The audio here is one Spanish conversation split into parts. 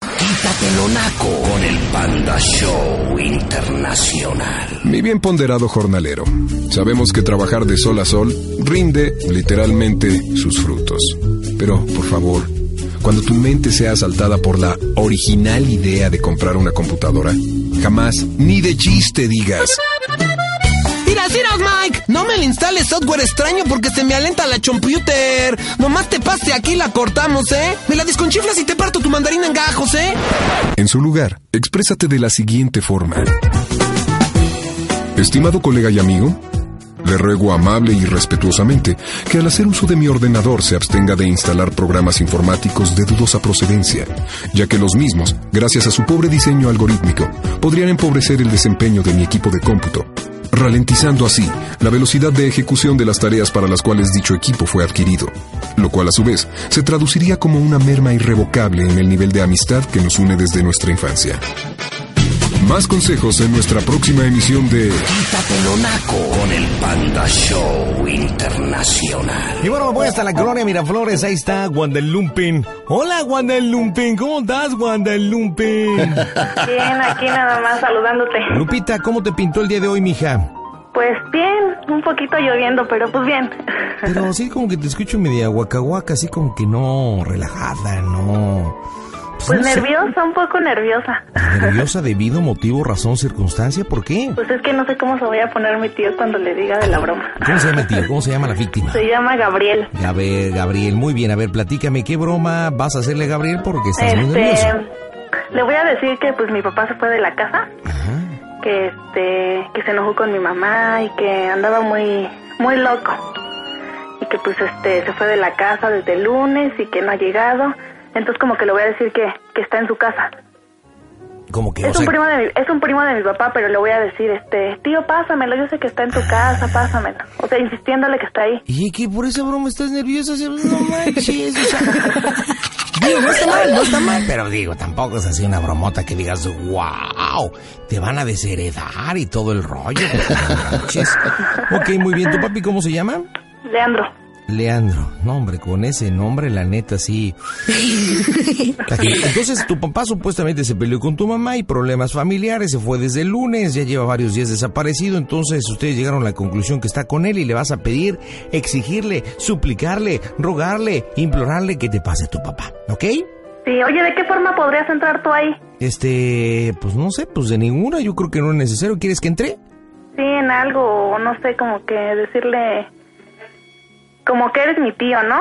Quítate lo naco con el Panda Show Internacional. Mi bien ponderado jornalero, sabemos que trabajar de sol a sol rinde literalmente sus frutos. Pero, por favor, cuando tu mente sea asaltada por la original idea de comprar una computadora, jamás ni de chiste digas. ¡Tiras, tiras, Mike! No me le instales software extraño porque se me alenta la computer. Nomás te pase aquí la cortamos, ¿eh? Me la desconchiflas y te parto tu mandarina en gajos, ¿eh? En su lugar, exprésate de la siguiente forma. Estimado colega y amigo, le ruego amable y respetuosamente que al hacer uso de mi ordenador se abstenga de instalar programas informáticos de dudosa procedencia, ya que los mismos, gracias a su pobre diseño algorítmico, podrían empobrecer el desempeño de mi equipo de cómputo, ralentizando así la velocidad de ejecución de las tareas para las cuales dicho equipo fue adquirido, lo cual a su vez se traduciría como una merma irrevocable en el nivel de amistad que nos une desde nuestra infancia. Más consejos en nuestra próxima emisión de... Quítate lo naco con el Panda Show Internacional. Y bueno, voy hasta la colonia Miraflores. Ahí está Guadalumpin. Hola, Guadalumpin. ¿Cómo estás, Guadalumpin? Bien, aquí nada más saludándote. Lupita, ¿cómo te pintó el día de hoy, mija? Pues bien, un poquito lloviendo, pero pues bien. Pero así como que te escucho media guacahuaca, así como que no, relajada, no. Pues no sé. nerviosa, un poco nerviosa. ¿Nerviosa debido, motivo, razón, circunstancia? ¿Por qué? Pues es que no sé cómo se voy a poner mi tío cuando le diga de la broma. ¿Cómo se llama el tío? ¿Cómo se llama la víctima? Se llama Gabriel. A ver, Gabriel, muy bien. A ver, platícame, ¿qué broma vas a hacerle a Gabriel? Porque estás muy nervioso. Este, le voy a decir que pues mi papá se fue de la casa, Ajá. que este, que se enojó con mi mamá y que andaba muy, muy loco. Y que pues este, se fue de la casa desde el lunes y que no ha llegado. Entonces como que le voy a decir que, que está en su casa. Como que, o Es un, sea, primo de mi, es un primo de mi papá, pero le voy a decir, este, tío, pásamelo, yo sé que está en tu casa, pásamelo. O sea, insistiéndole que está ahí. ¿Y que por esa broma estás nerviosa? Sí, No manches, o sea. Digo, no está mal, no está mal. Pero digo, tampoco es así una bromota que digas, wow, te van a desheredar y todo el rollo. No manches. ok, muy bien. ¿Tu papi cómo se llama? Leandro, Leandro. No, hombre, con ese nombre, la neta, sí. Entonces, tu papá supuestamente se peleó con tu mamá y problemas familiares. Se fue desde el lunes, ya lleva varios días desaparecido. Entonces, ustedes llegaron a la conclusión que está con él y le vas a pedir, exigirle, suplicarle, rogarle, implorarle que te pase tu papá. ¿Ok? sí, oye, ¿de qué forma podrías entrar tú ahí? Este, pues no sé, pues de ninguna. Yo creo que no es necesario. ¿Quieres que entre? Sí, en algo, o no sé, como que decirle, como que eres mi tío, ¿no?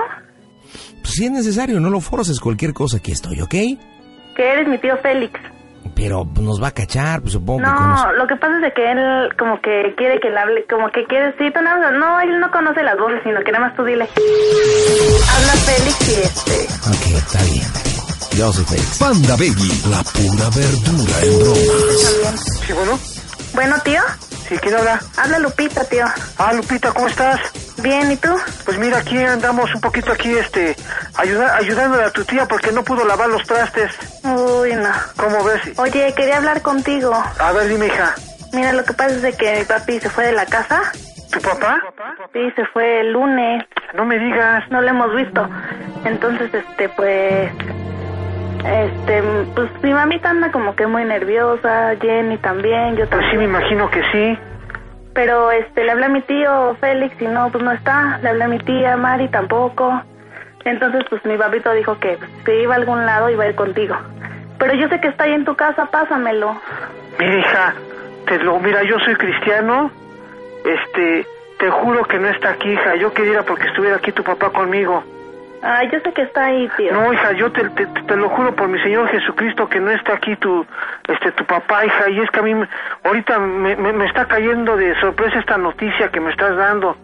Pues si es necesario, no lo forces. Cualquier cosa, aquí estoy, ¿ok? Que eres mi tío Félix. Pero nos va a cachar, pues supongo que conoce- No, lo que pasa es de que él como que quiere que le hable, como que quiere, sí, tú no, no, él no conoce las voces, sino que nada más tú dile. Habla Félix y este... Ok, está bien. Yo soy Félix. Panda Beggy, la pura verdura en bromas. Sí, bueno, Bueno, tío, sí, ¿quién habla? habla Lupita, tío. Ah, Lupita, ¿cómo estás? Bien, ¿y tú? Pues mira, aquí andamos un poquito aquí, este, ayuda, ayudándole a tu tía porque no pudo lavar los trastes. Uy, no. ¿Cómo ves? Oye, quería hablar contigo. A ver, dime, hija, Mira, lo que pasa es de que mi papi se fue de la casa. ¿tu papá? Sí, se fue el lunes. No me digas. No lo hemos visto. Entonces, este, pues... Este, pues mi mamita anda como que muy nerviosa, Jenny también, yo Pues sí, me también. imagino que sí. Pero, este, le hablé a mi tío Félix y no, pues no está. Le hablé a mi tía Mari tampoco. Entonces, pues mi papito dijo que pues, si iba a algún lado iba a ir contigo. Pero yo sé que está ahí en tu casa, pásamelo. Mira, hija, te lo, mira, yo soy cristiano, este, te juro que no está aquí, hija. Yo quería porque estuviera aquí tu papá conmigo. Ay, yo sé Ah, que está ahí, tío. No, hija, yo te, te, te lo juro por mi Señor Jesucristo que no está aquí tu, este tu papá, hija, y es que a mí me- ahorita me, me- me está cayendo de sorpresa esta noticia que me estás dando.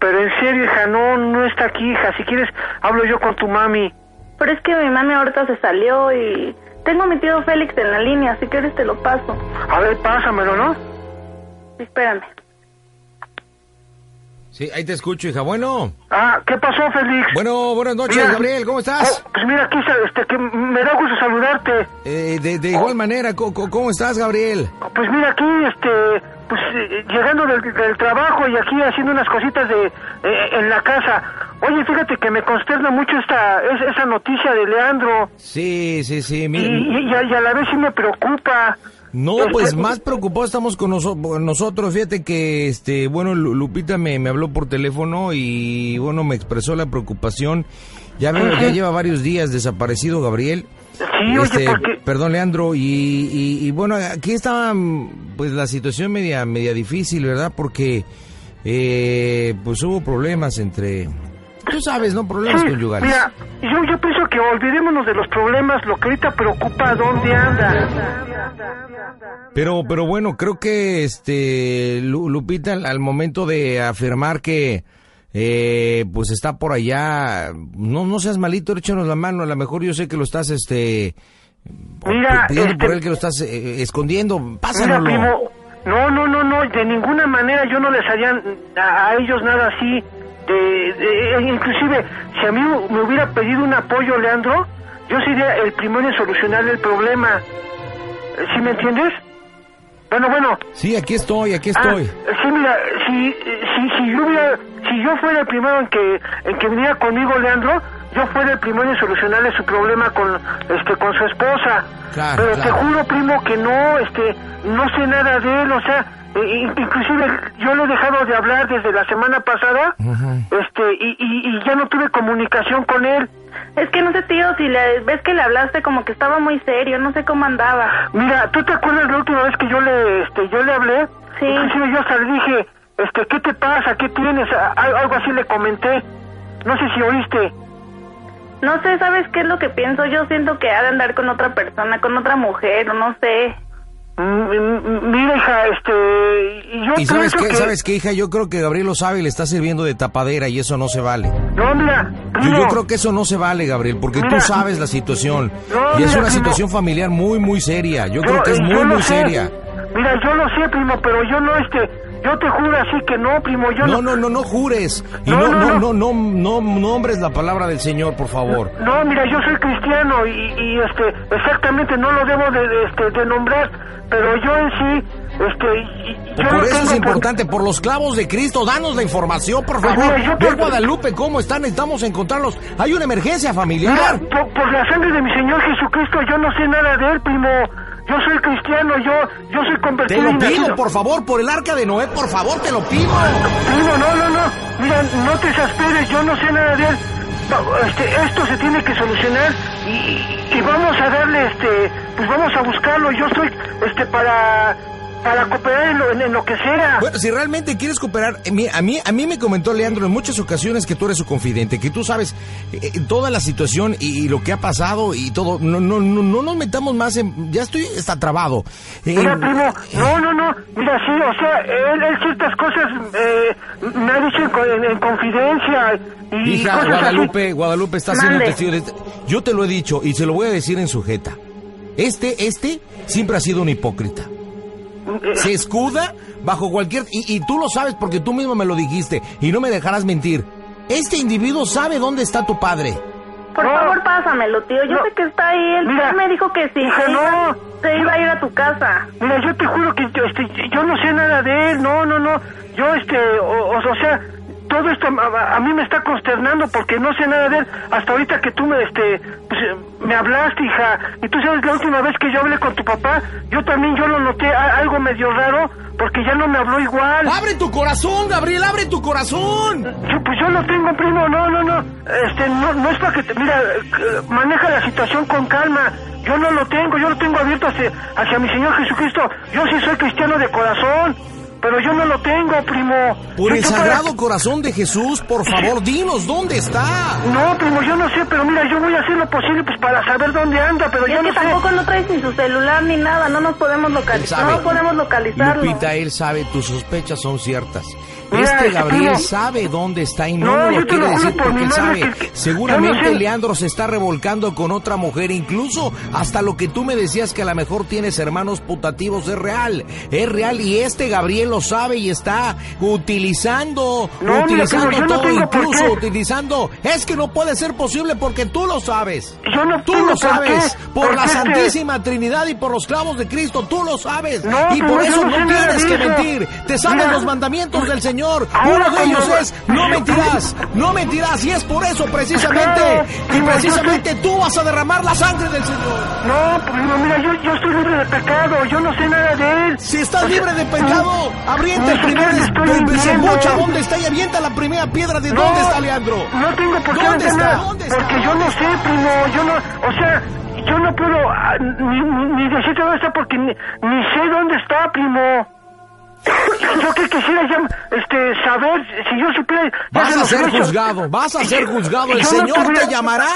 Pero en serio, hija, no, no está aquí, hija. Si quieres, hablo yo con tu mami. Pero es que mi mami ahorita se salió y tengo a mi tío Félix en la línea, si quieres te lo paso. A ver, pásamelo, ¿no? Espérame. Sí, ahí te escucho, hija. Bueno, Ah, ¿qué pasó, Félix? bueno, buenas noches, Mira. Gabriel. ¿Cómo estás? Oh, pues mira, aquí se- este, que me da gusto saludarte. Eh, de, de igual manera, co- co- ¿cómo estás, Gabriel? Pues mira, aquí, este, pues eh, llegando del, del trabajo y aquí haciendo unas cositas de eh, en la casa. Oye, fíjate que me consterna mucho esta es- esa noticia de Leandro Sí, sí, sí. y, mi- y a, y a la vez sí me preocupa. Este, No, pues más preocupados estamos con noso- por nosotros. Fíjate que, este, bueno, Lu- Lupita me, me habló por teléfono y, bueno, me expresó la preocupación. Ya veo, ya lleva varios días desaparecido Gabriel. Sí, oye, Este, porque- perdón, Leandro, y, y- y, bueno, aquí está mm, pues la situación media, media difícil, ¿verdad? Porque eh, pues hubo problemas entre, tú sabes, ¿no? Problemas Sí, conyugales. mira, yo, yo pienso que olvidémonos de los problemas, lo que ahorita preocupa, ¿dónde anda? Pero, pero bueno, creo que este Lu- Lupita al, al momento de afirmar que eh, pues está por allá, no, no seas malito, échanos la mano, a lo mejor yo sé que lo estás este Mira, pidiendo este- por él que lo estás eh, escondiendo, Mira, pásanoslo. primo, no, no, no, no, de ninguna manera yo no les haría a, a ellos nada así. De, de- eh, inclusive, si a mí hu- me hubiera pedido un apoyo, Leandro, yo sería el primero en solucionar el problema. Eh, ¿Sí me entiendes? Bueno, bueno. Sí, aquí estoy, aquí Ah, estoy. sí, mira, si, si, si, yo hubiera- si yo fuera el primero en que, en que viniera conmigo, Leandro, yo fuera el primero en solucionarle su problema con, este, con su esposa. Claro, Pero claro. te juro, primo, que no, este, no sé nada de él, o sea, eh, in- inclusive yo le he dejado de hablar desde la semana pasada, este, y, y, y ya no tuve comunicación con él. Es que no sé, tío, si le, ves que le hablaste como que estaba muy serio, no sé cómo andaba. Mira, ¿tú te acuerdas la última vez que yo le, este, yo le hablé? Sí. Inclusive yo hasta le dije, este, ¿qué te pasa? ¿Qué tienes? A- a- algo así le comenté. No sé si oíste. No sé, ¿sabes qué es lo que pienso? Yo siento que ha de andar con otra persona, con otra mujer, o no sé. Mm, mm, Mira, hija, este, yo Y sabes pienso qué, que... sabes qué, hija, yo creo que Gabriel lo sabe y le está sirviendo de tapadera y eso no se vale. No, mira, Yo, primo, yo creo que eso no se vale, Gabriel, porque tú Mira. sabes la situación. No, y es mira, una primo. situación familiar muy, muy seria. Yo creo que es eh, muy, yo lo muy sé. seria. Mira, yo lo sé, primo, pero yo no, este, yo te juro así que no, primo, yo No, no, no, no jures. Y no, No, no, no, no, no, no nombres la palabra del Señor, por favor. No, mira, yo soy cristiano y, y, este, exactamente no lo debo de, de, este, de nombrar, pero yo en sí, este, y- yo Por lo eso tengo es por- importante, por los clavos de Cristo, danos la información, por Pues favor. mira, yo Ve, por- Guadalupe, ¿cómo están? Necesitamos encontrarlos. Hay una emergencia Mira, familiar. por, por la sangre de mi Señor Jesucristo, yo no sé nada de él, primo. Yo soy cristiano, yo, yo soy Te convertido. lo y pido, nacido- por favor, por el arca de Noé, por favor, te lo pido. Primo, no, no, no. Mira, no te exasperes, yo no sé nada de él. Pa- Este, esto se tiene que solucionar y, y vamos a darle, este, pues vamos a buscarlo. Yo estoy, este, para, para cooperar en lo, en, en lo que sea. Bueno, si realmente quieres cooperar, eh, mi- a mí, a mí me comentó Leandro en muchas ocasiones que tú eres su confidente, que tú sabes eh, eh, toda la situación y, y lo que ha pasado y todo. No, no, no, no nos metamos más en. Ya estoy está trabado. Eh, Mira, primo, no, no, no, mira, sí, o sea, él, él ciertas cosas eh, me ha dicho en, co- en- en confidencia y Hija, cosas "Ah, Guadalupe, Guadalupe está siendo Mande. testigo de este- Yo te lo he dicho y se lo voy a decir en sujeta. Este, este, siempre ha sido un hipócrita. Eh, Se escuda bajo cualquier... Y, y tú lo sabes porque tú mismo me lo dijiste y no me dejarás mentir. Este individuo sabe dónde está tu padre. Por No. favor, pásamelo, tío. Yo No. sé que está ahí. Él Mira. él me dijo que sí. Hija, se iba- no. Se iba a ir a tu casa. así. Mira, yo te juro que yo, este, yo no sé nada de él, no, no, no, yo, este, o, o- o sea, todo esto a, a- a mí me está consternando porque no sé nada de él hasta ahorita que tú me, este, pues, eh, me hablaste, hija, y tú sabes, la última vez que yo hablé con tu papá, yo también, yo lo noté a- algo medio raro porque ya no me habló igual. ¡Abre tu corazón, Gabriel! ¡Abre tu corazón! Yo, pues yo lo tengo, primo, no, no, no. Este, no, no es para que te... Mira, eh, maneja la situación con calma. Yo no lo tengo, yo lo tengo abierto hacia, hacia mi Señor Jesucristo. Yo sí soy cristiano de corazón. pero yo no lo tengo, primo. Por Yo- el yo para- sagrado corazón de Jesús, por favor, dinos dónde está. No, primo, yo no sé, pero mira, yo voy a hacer lo posible pues para saber dónde anda, pero Y yo es no que sé. tampoco no traes ni su celular ni nada, no nos podemos localizar, no podemos localizarlo. Lupita, él sabe, tus sospechas son ciertas. Mira, este este Gabriel primo- sabe dónde está y no, No, nos lo yo te lo quiere juro decir por porque mi él madre sabe. que- que- Seguramente yo no sé. Leandro se está revolcando con otra mujer, incluso hasta lo que tú me decías que a lo mejor tienes hermanos putativos es real. Es real y este Gabriel lo sabe y está utilizando, No, mira, utilizando primo, yo no todo, tengo por incluso qué. utilizando. Es que no puede ser posible porque tú lo sabes. Yo no Tú tengo lo por qué, este- sabes, por porque la es que- Santísima Trinidad y por los clavos de Cristo, tú lo sabes. No, y pero por yo eso no no sé nada tienes de que eso. mentir. Te sabes Mira, los mandamientos del Señor. ahora Uno de ellos cuando- es, no mentirás, no mentirás. Y es por eso precisamente, Claro, y primo, yo precisamente tú vas a derramar la sangre del Señor. No, primo, mira, yo, yo estoy libre de pecado, yo no sé nada de él. Si estás libre de pecado, abriente no el sé primer Ah. qué le estoy des- desembocha diciendo. donde está y avienta la primera piedra de No, dónde está Leandro. No tengo por qué ¿Dónde aventar está? nada, ¿Dónde está? Porque yo no sé, primo, yo no, o sea, yo no puedo ah, ni, ni- ni decirte dónde está porque ni, ni sé dónde está, primo. Yo que quisiera ya, este, saber, si yo supiera... ya Vas se a los ser hubiera hecho. juzgado, vas a ser juzgado. El Yo no Señor te tuviera- llamará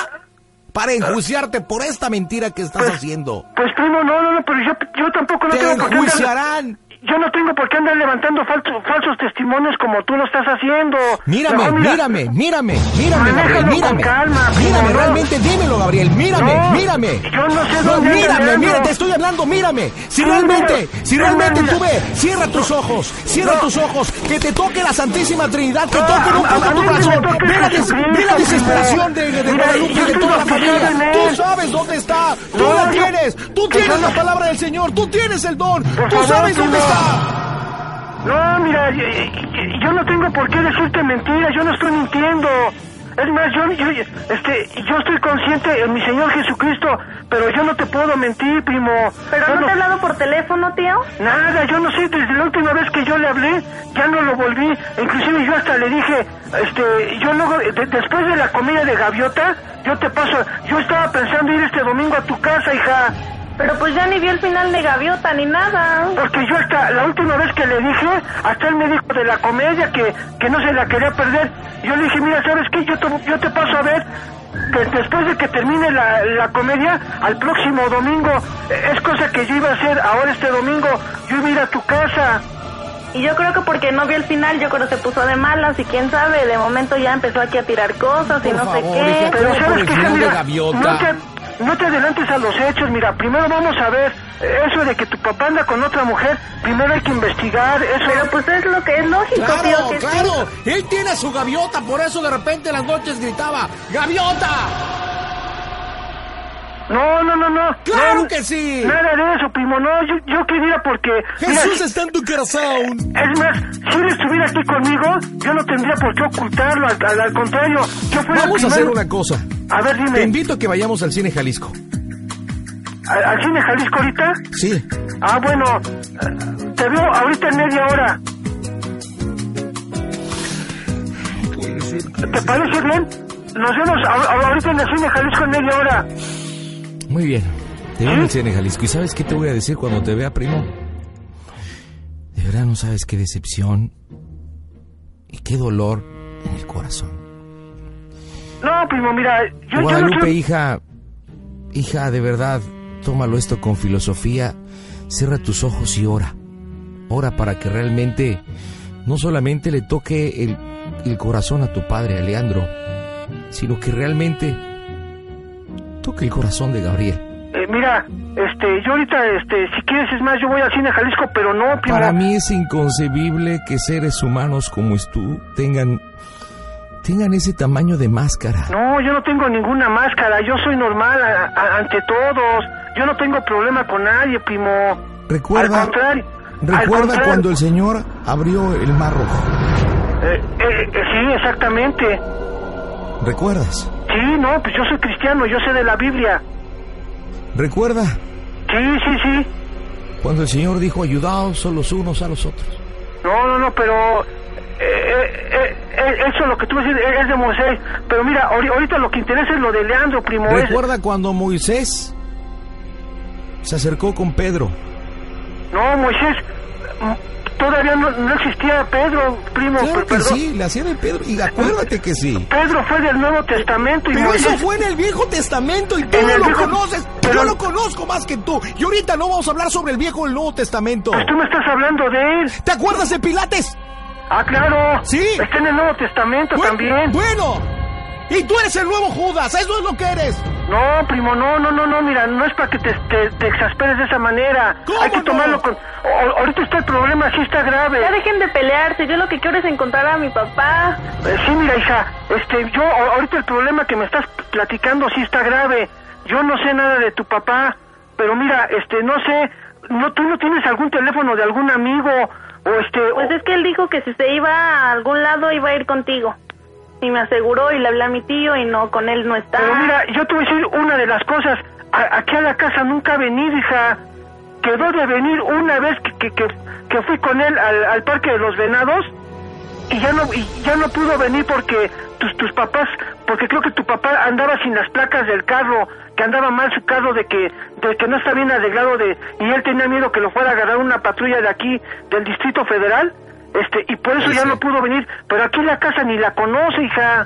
para enjuiciarte por esta mentira que estás haciendo. Pues primo, no, no, no, pero yo, yo tampoco no Te tengo por qué andar, enjuiciarán. Yo no tengo por qué andar levantando falso- falsos testimonios como tú lo estás haciendo. Mírame, Mejor mira- mírame, mírame, mírame, Manéjalo Gabriel, con mírame. calma, primo, Mírame, no. realmente dímelo, Gabriel, mírame, No, mírame. yo no sé dónde anda mírame, Leandro. mírame, te estoy hablando, mírame. Si No, realmente, mira, si no, realmente mira. tú ves, cierra tus ojos, cierra No. tus ojos, que te toque la Santísima Trinidad, que No, toque a- un poco a tu mí que me corazón. toque Ve la, des- Jesucristo, ve la primo. desesperación de, de, de Mira, Guadalupe y yo de estoy toda la confiando familia. en Tú él. sabes dónde está, tú No, la yo- tienes, tú que tienes yo la no- palabra del Señor, tú tienes el don, tú favor, sabes dónde primo. está. No, mira, y- y- yo no tengo por qué decirte mentiras, yo no estoy mintiendo. Es más, yo, yo, este, yo estoy consciente en mi Señor Jesucristo, pero yo no te puedo mentir, primo. ¿Pero Yo no te he hablado por teléfono, tío? Nada, yo no sé, desde la última vez que yo le hablé, ya no lo volví. Inclusive yo hasta le dije, este, yo luego, de- después de la comida de gaviota, yo te paso, yo estaba pensando ir este domingo a tu casa, hija. Pero pues ya ni vi el final de Gaviota ni nada. Porque yo hasta la última vez que le dije, hasta él me dijo de la comedia que, que no se la quería perder. Yo le dije, mira, ¿sabes qué? Yo te, yo te paso a ver que después de que termine la, la comedia, al próximo domingo. Eh, Es cosa que yo iba a hacer ahora este domingo. Yo iba a ir a tu casa. Y yo creo que porque no vi el final, yo creo que se puso de malas y quién sabe, de momento ya empezó aquí a tirar cosas y Por no favor, sé hija, qué. Pero Como por sabes el que final de mira, Gaviota. no te, no te adelantes a los hechos, mira, primero vamos a ver eh, eso de que tu papá anda con otra mujer, primero hay que investigar eso. Pero pues es lo que es lógico, tío, Claro, que sí. claro. Él tiene a su gaviota, por eso de repente en las noches gritaba, ¡Gaviota! No, no, no, no. ¡Claro No, que sí! Nada de eso, primo, no, yo, yo quería porque... mira, Jesús está en tu corazón. es más, si él estuviera aquí conmigo, yo no tendría por qué ocultarlo, al, al- al contrario, yo fuera Vamos a primero- hacer una cosa. A ver, Te dime, invito a que vayamos al cine Jalisco. ¿al, al cine Jalisco ahorita? Sí. Ah, bueno, eh, te veo ahorita en media hora. ¿Te parece bien? Nos vemos ahor- ahor- ahorita en el cine Jalisco en media hora. Muy bien. Te veo en el cine Jalisco. ¿Y sabes qué te voy a decir cuando te vea, primo? De verdad no sabes qué decepción y qué dolor en el corazón. No, primo, mira, yo, yo no Guadalupe, quiero... hija, hija, de verdad, tómalo esto con filosofía. Cierra tus ojos y ora. Ora para que realmente no solamente le toque el, el corazón a tu padre, a Leandro, sino que realmente toque el corazón de Gabriel. eh, mira, este, yo ahorita, este, si quieres, es más, yo voy al cine Jalisco, pero no, primo. Para mí es inconcebible que seres humanos como es tú tengan, tengan ese tamaño de máscara. No, yo no tengo ninguna máscara, yo soy normal a- a- ante todos. Yo no tengo problema con nadie, primo. Recuerda- Al contrario. al Recuerda contrario. cuando el Señor abrió el mar rojo. Eh, eh, eh, sí, exactamente. ¿Recuerdas? Sí, no, pues yo soy cristiano, yo sé de la Biblia. Recuerda Sí, sí, sí. cuando el Señor dijo, ayudaos los unos a los otros. No, no, no, pero eh, eh, eh, eso lo que tú dices es de Moisés. Pero mira, ahori- ahorita lo que interesa es lo de Leandro, primo. es- Recuerda cuando Moisés se acercó con Pedro. No, Moisés, mm, to- todavía no, no existía Pedro, primo. Claro per- que Ah, perdón. sí, la hacía de Pedro. Y acuérdate que sí. Pedro fue del Nuevo Testamento y Pero Moisés- eso fue en el Viejo Testamento y tú En no el lo Viejo- conoces. pero- Yo lo conozco más que tú. Y ahorita no vamos a hablar sobre el Viejo o el Nuevo Testamento. Pues tú me estás hablando de él. ¿Te acuerdas de Pilates? Ah, claro. Sí. Está en el Nuevo Testamento Bu- también. Bueno. Y tú eres el nuevo Judas. Eso es lo que eres. No, primo, no, no, no, no, mira, no es para que te, te- te exasperes de esa manera. ¿Cómo Hay que no? tomarlo con... o- ahorita está el problema, sí está grave. Ya dejen de pelearse, yo lo que quiero es encontrar a mi papá. Eh, Sí, mira, hija, este, yo a- ahorita el problema que me estás platicando sí está grave. Yo no sé nada de tu papá, pero mira, este, no sé, no, tú no tienes algún teléfono de algún amigo o este. o- Pues es que él dijo que si se iba a algún lado iba a ir contigo. Y me aseguró y le hablé a mi tío y no, con él no está. Ah. Pero mira, yo te voy a decir una de las cosas. A- aquí a la casa nunca ha venido, hija. Quedó de venir una vez que, que, que- que fui con él al, al Parque de los Venados y ya no, y ya no pudo venir porque tus, tus papás, porque creo que tu papá andaba sin las placas del carro, que andaba mal su carro de que, de que no está bien arreglado de, y él tenía miedo que lo fuera a agarrar una patrulla de aquí, del Distrito Federal. Este, y por Pues eso ya no pudo venir, pero aquí en la casa ni la conoce, hija.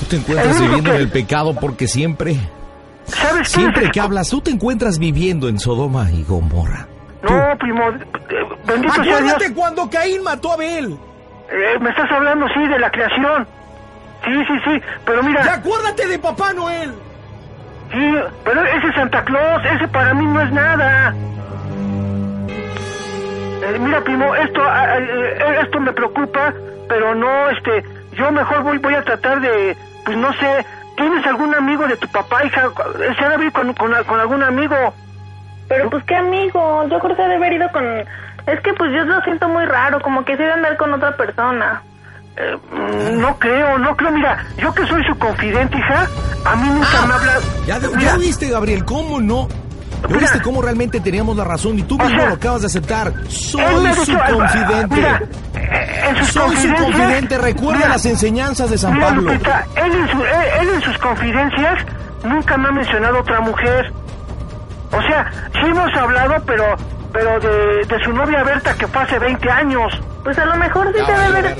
Tú te encuentras El único viviendo que- en el pecado porque siempre, ¿Sabes quién es siempre el- que hablas, tú te encuentras viviendo en Sodoma y Gomorra. No, primo, eh, bendito sea Dios. Acuérdate cuando Caín mató a Abel. Eh, me estás hablando, sí, de la creación. Sí, sí, sí, pero Y mira, acuérdate de Papá Noel. sí, pero ese Santa Claus, ese para mí no es nada. Eh, mira, primo, esto, ah, eh, eh, esto me preocupa, pero no, este, yo mejor voy, voy a tratar de, pues no sé, ¿tienes algún amigo de tu papá, hija? ¿Se ha de haber ido con, con, con algún amigo? Pero pues qué amigo, yo creo que ha de haber ido con... Es que pues yo lo siento muy raro, como que se iba a andar con otra persona. Eh, mm, no creo, no creo, mira, yo que soy su confidente, hija, a mí nunca me habla... Ah, Ya, ya Mira, viste, Gabriel, cómo no. ¿Ya Mira. viste cómo realmente teníamos la razón? Y tú O mismo sea, lo acabas de aceptar. Él me Soy ha su dicho, ah, confidente. Mira, eh, en sus Soy su confidencias- confidente. Recuerda Mira, las enseñanzas de San mira, Pablo. Lupita, él, en su- él- él en sus confidencias nunca me ha mencionado otra mujer. O sea, sí hemos hablado, pero pero de, de su novia Berta que fue hace 20 años. Pues a lo mejor sí se va a ver...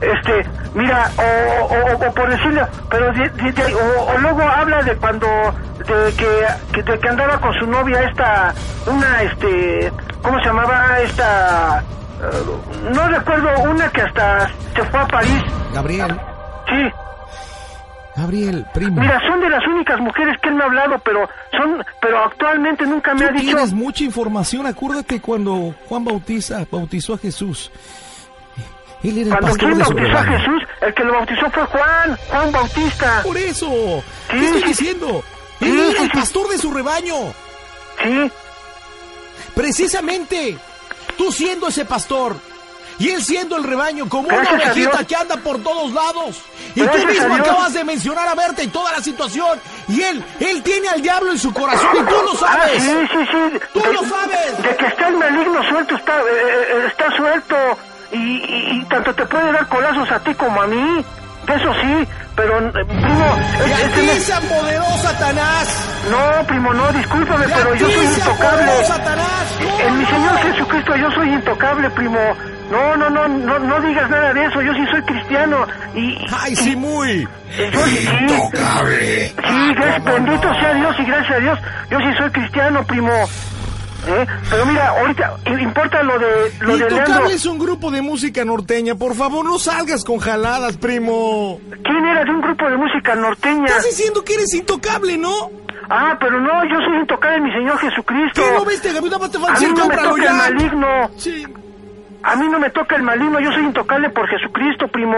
Este, mira, o, o- o- o por decirlo, pero de- de- de- o, o luego habla de cuando, de que, que- de que andaba con su novia esta, una, este, ¿cómo se llamaba esta? eh, no recuerdo, una que hasta se fue a París. Gabriel, Sí, Gabriel, primo. mira, son de las únicas mujeres que él me ha hablado, pero son, pero actualmente nunca me Tú ha dicho. tienes mucha información. Acuérdate cuando Juan Bautista bautizó a Jesús. Él era el Cuando pastor quien de su bautizó a rebaño. Jesús, el que lo bautizó fue Juan, Juan Bautista. Por eso. ¿Qué Sí, estoy sí, sí. diciendo? Él Sí, era sí, el sí. pastor de su rebaño. Sí, Precisamente, tú siendo ese pastor y él siendo el rebaño como una Gracias a ovejita Dios. que anda por todos lados. Y Gracias tú a mismo Dios. acabas de mencionar a Berta y toda la situación. Y él, él tiene al diablo en su corazón y tú lo Ah, sabes. sí, sí, sí. Tú De- lo sabes. De que está el maligno suelto, está, eh, eh, está suelto. Y, y- y tanto te puede dar colazos a ti como a mí. De eso sí, pero... eh, Primo, Y es- a es- ti es- se apoderó Satanás. no, primo, no, discúlpame, Y a pero yo ti soy se intocable. apoderó Satanás. En mi Señor Jesucristo yo soy intocable, primo. No, no, no, no, no digas nada de eso, yo sí soy cristiano. Y, Ay, sí, muy. sí, Intocable. Sí, gracias, bendito sea Dios y gracias a Dios. Yo sí soy cristiano, primo. ¿Eh? Pero mira, ahorita i- importa lo de lo de Leandro. Intocable es un grupo de música norteña. Por favor, no salgas con jaladas, primo. ¿Quién era de un grupo de música norteña? Estás diciendo que eres intocable, ¿no? Ah, pero no, yo soy intocable mi Señor Jesucristo. ¿Qué no viste, Gabriel? Nada más te A falta mí decir, no me cómpralo toca el ya. maligno. Sí. A mí no me toca el maligno, yo soy intocable por Jesucristo, primo.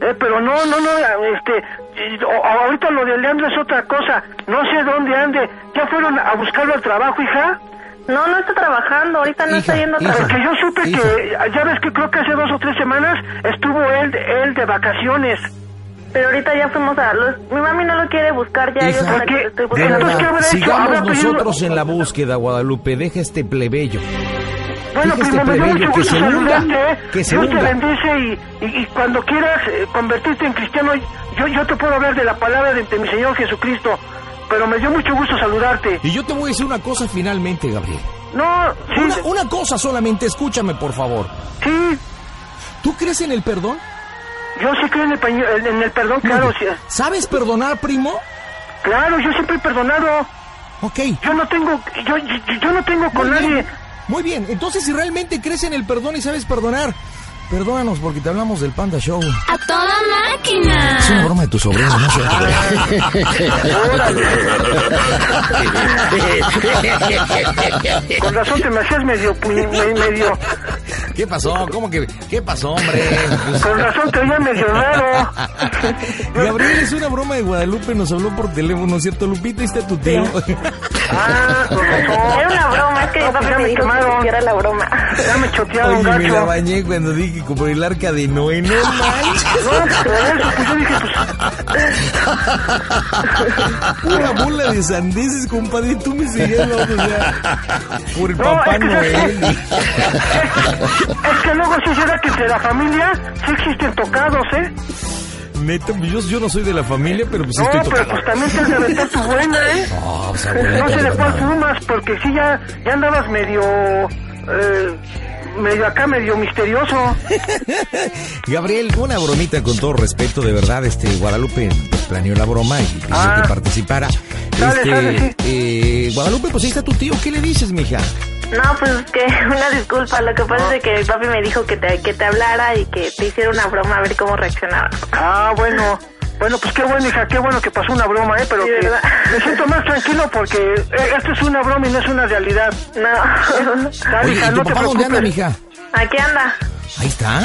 Eh, pero no, no, no, este, eh, o- ahorita lo de Leandro es otra cosa. No sé dónde ande. ¿Ya fueron a buscarlo al trabajo, hija? No, no está trabajando, ahorita no Hija, está yendo a hija. trabajar. Porque yo supe Hija. que, ya ves que creo que hace dos o tres semanas estuvo él, él de vacaciones. Pero ahorita ya fuimos a los... Mi mami no lo quiere buscar ya, yo Hija, soy la que ¿qué? lo estoy De buscando. Entonces, verdad, ¿qué habrá hecho? sigamos Habrá pedido- nosotros en la búsqueda, Guadalupe. Deja este plebeyo. Bueno, Deja este primo, me dio plebeyo mucho que gusto se hunda, saludarte. ¿eh? que se Dios te hunda. bendice y, y- y cuando quieras eh, convertirte en cristiano, yo, yo te puedo hablar de la palabra de, de mi Señor Jesucristo. Pero me dio mucho gusto saludarte. Y yo te voy a decir una cosa finalmente, Gabriel. No, sí, Una, una cosa solamente, escúchame por favor. sí, ¿Tú crees en el perdón? yo sí creo en el, paño- en- en el perdón, claro, sí. ¿Sabes perdonar, primo? Claro, yo siempre he perdonado. Ok. Yo no tengo, yo, yo, yo no tengo con Muy bien. nadie. Muy bien, entonces si realmente crees en el perdón y sabes perdonar, perdónanos porque te hablamos del Panda Show. ¡A toda máquina! Es una broma de tu sobrino, no sé. Con razón te me hacías medio, puñ- me- medio, ¿Qué pasó? ¿Cómo que? ¿Qué pasó, hombre? con razón te oía medio raro. Gabriel es una broma de Guadalupe, nos habló por teléfono, ¿cierto, Lupita? Ahí Está tu tío. Ah, con razón. Era una broma, es que mi No, pues papá ya me me dijo quemaron, que era la broma. ya me chotearon Oye, me la gacho. bañé cuando dije que por el arca de Noé, no manches. No, pero eso, pues yo dije, pues, Una bola de sandeces, compadre. Tú me seguías la onda, o sea, por el No, Papá es que- Noel. eh, es que luego sí será que entre la familia sí existen tocados, ¿eh? Neta, pues, yo, yo no soy de la familia, pero pues sí No, estoy pero tocado. pues también te has de aventar tu buena, ¿eh? No, pues, abuelita, No sé de no. cuál fumas, porque sí ya, ya andabas medio... eh, medio acá, medio misterioso. Gabriel, una bromita con todo respeto, de verdad, este Guadalupe planeó la broma y pidió Ah. que participara. Sale, Este, sale, sí. eh, Guadalupe, pues ahí está tu tío, ¿qué le dices, mija? No, pues es que una disculpa. Lo que pasa es de que mi papi me dijo que te, que te hablara y que te hiciera una broma a ver cómo reaccionaba. Ah, bueno. Bueno, pues qué bueno, hija, qué bueno que pasó una broma, ¿eh? Pero Sí, que ¿verdad? me siento más tranquilo porque eh, esto es una broma y no es una realidad. No. Dale, Oye, hija, ¿y tu no te papá dónde anda, preocupes. mija? Aquí anda. Ahí está.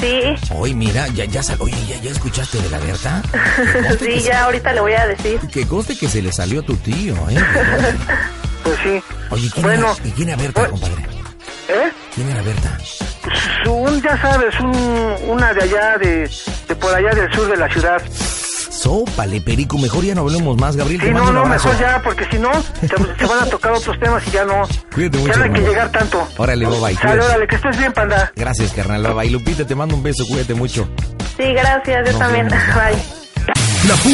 Sí, Oye, mira, ya, ya sal- Oye, ya, ya escuchaste de la Berta. Que conste que sí, ya ahorita le voy a decir. se- Que conste que se le salió a tu tío, ¿eh? Pues sí. Oye, ¿quién, Bueno. pues era, ¿y quién era Berta, Bueno. compadre? ¿Eh? ¿Quién era Berta? Pues un, ya sabes, un, una de allá, de, de por allá del sur de la ciudad. Sópale, Perico, mejor ya no hablemos más, Gabriel. Sí, te mando no, un no, abrazo. mejor ya, porque si no, se, se van a tocar otros temas y ya no. Cuídate ya mucho, no hay que hermano. llegar tanto. Órale, bye, bye, Sale, cuídate. órale, que estés bien, panda. Gracias, carnal. Bye, bye. Lupita, te mando un beso, cuídate mucho. Sí, gracias, yo Nos también. vemos. Bye. La pura